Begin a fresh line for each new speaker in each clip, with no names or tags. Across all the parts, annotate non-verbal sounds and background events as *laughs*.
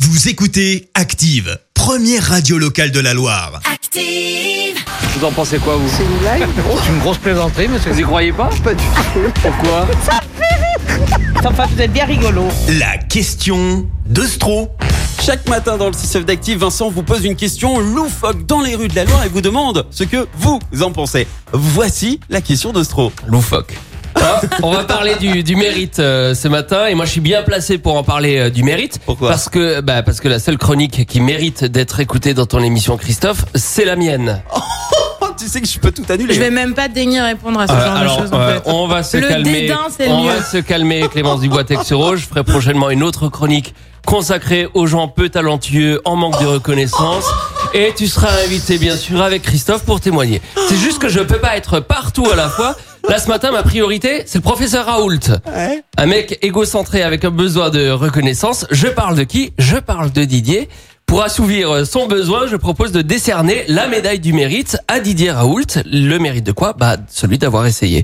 Vous écoutez Active, première radio locale de la Loire.
Active.
Vous en pensez quoi, vous
C'est une blague
C'est une grosse plaisanterie, monsieur. Vous y croyez pas
Pas du tout.
Pourquoi
Enfin, vous êtes bien rigolo.
La question de Stro.
Chaque matin dans le 6 d'Active, Vincent vous pose une question loufoque dans les rues de la Loire et vous demande ce que vous en pensez. Voici la question d'Ostro.
Loufoque. Hein on va parler du, du mérite euh, ce matin et moi je suis bien placé pour en parler euh, du mérite.
Pourquoi
Parce que bah, parce que la seule chronique qui mérite d'être écoutée dans ton émission Christophe, c'est la mienne.
Oh, tu sais que je peux tout annuler.
Je vais même pas daigner répondre à ce
Euh,
genre
alors
de choses. en
euh,
fait.
on va se
Le
calmer.
dédain, c'est le
on va
mieux.
se calmer Clémence Dubois Texero, je ferai prochainement une autre chronique consacrée aux gens peu talentueux en manque de reconnaissance et tu seras invité bien sûr avec Christophe pour témoigner. C'est juste que je peux pas être partout à la fois. Là ce matin ma priorité, c'est le professeur Raoult.
Ouais.
Un mec égocentré avec un besoin de reconnaissance. Je parle de qui Je parle de Didier. Pour assouvir euh, son besoin, je propose de décerner la médaille du mérite à Didier Raoult. Le mérite de quoi Bah, celui d'avoir essayé.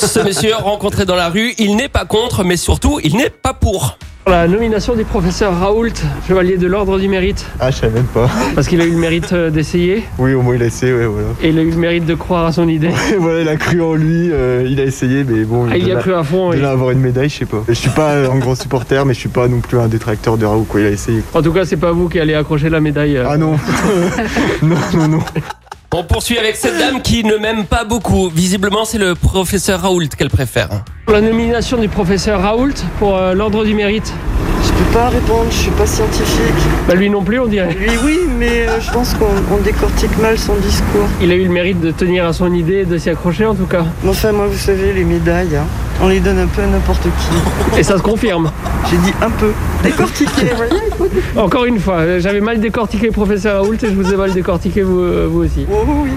Ce monsieur rencontré dans la rue, il n'est pas contre, mais surtout, il n'est pas pour.
La nomination du professeur Raoult, chevalier de l'ordre du mérite,
Ah, je savais même pas.
parce qu'il a eu le mérite euh, d'essayer
Oui, au moins il a essayé, ouais, voilà.
et il a eu le mérite de croire à son idée.
*laughs* Et voilà, il a cru en lui, euh, il a essayé, mais bon.
Ah, il y a
de là-
cru à fond.
de
et-
là à avoir une médaille, je sais pas. Je suis pas euh, un grand supporter, mais je suis pas non plus un détracteur de Raoult, quoi. Il a essayé.
En tout cas, c'est pas vous qui allez accrocher la médaille. euh.
Ah non Non, *laughs* non, non.
On poursuit avec cette dame qui ne m'aime pas beaucoup. Visiblement, c'est le professeur Raoult qu'elle préfère.
La nomination du professeur Raoult pour euh, l'ordre du mérite,
Je peux pas répondre, je suis pas scientifique.
bah, lui non plus, on dirait.
Lui, oui, mais euh, je pense qu'on on décortique mal son discours.
Il a eu le mérite de tenir à son idée et de s'y accrocher en tout cas.
Mais enfin, moi, vous savez, les médailles, hein, on les donne un peu à n'importe qui.
Et ça se confirme.
J'ai dit un peu. Décortiquer, *laughs* ouais.
Encore une fois, euh, j'avais mal décortiqué le professeur Raoult et je vous ai mal décortiqué vous, euh, vous aussi.
Oh, oui.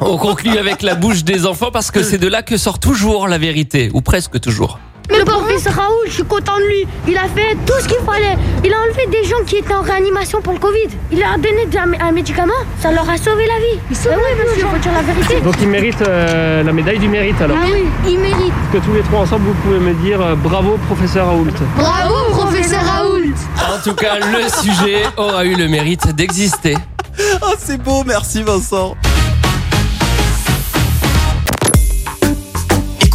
On conclut avec la bouche des enfants parce que c'est de là que sort toujours la vérité, ou presque toujours.
Mais le professeur Raoul, je suis content de lui. Il a fait tout ce qu'il fallait. Il a enlevé des gens qui étaient en réanimation pour le Covid. Il leur a donné de la- un médicament. Ça leur a sauvé la vie. Il sauve oui, monsieur, faut dire la vérité.
Donc il mérite euh, la médaille du mérite alors.
oui, il mérite.
Que tous les trois ensemble, vous pouvez me dire euh, bravo professeur Raoult.
Bravo, professeur Raoul.
En tout cas, le sujet aura eu le mérite d'exister.
Oh, c'est beau, merci Vincent.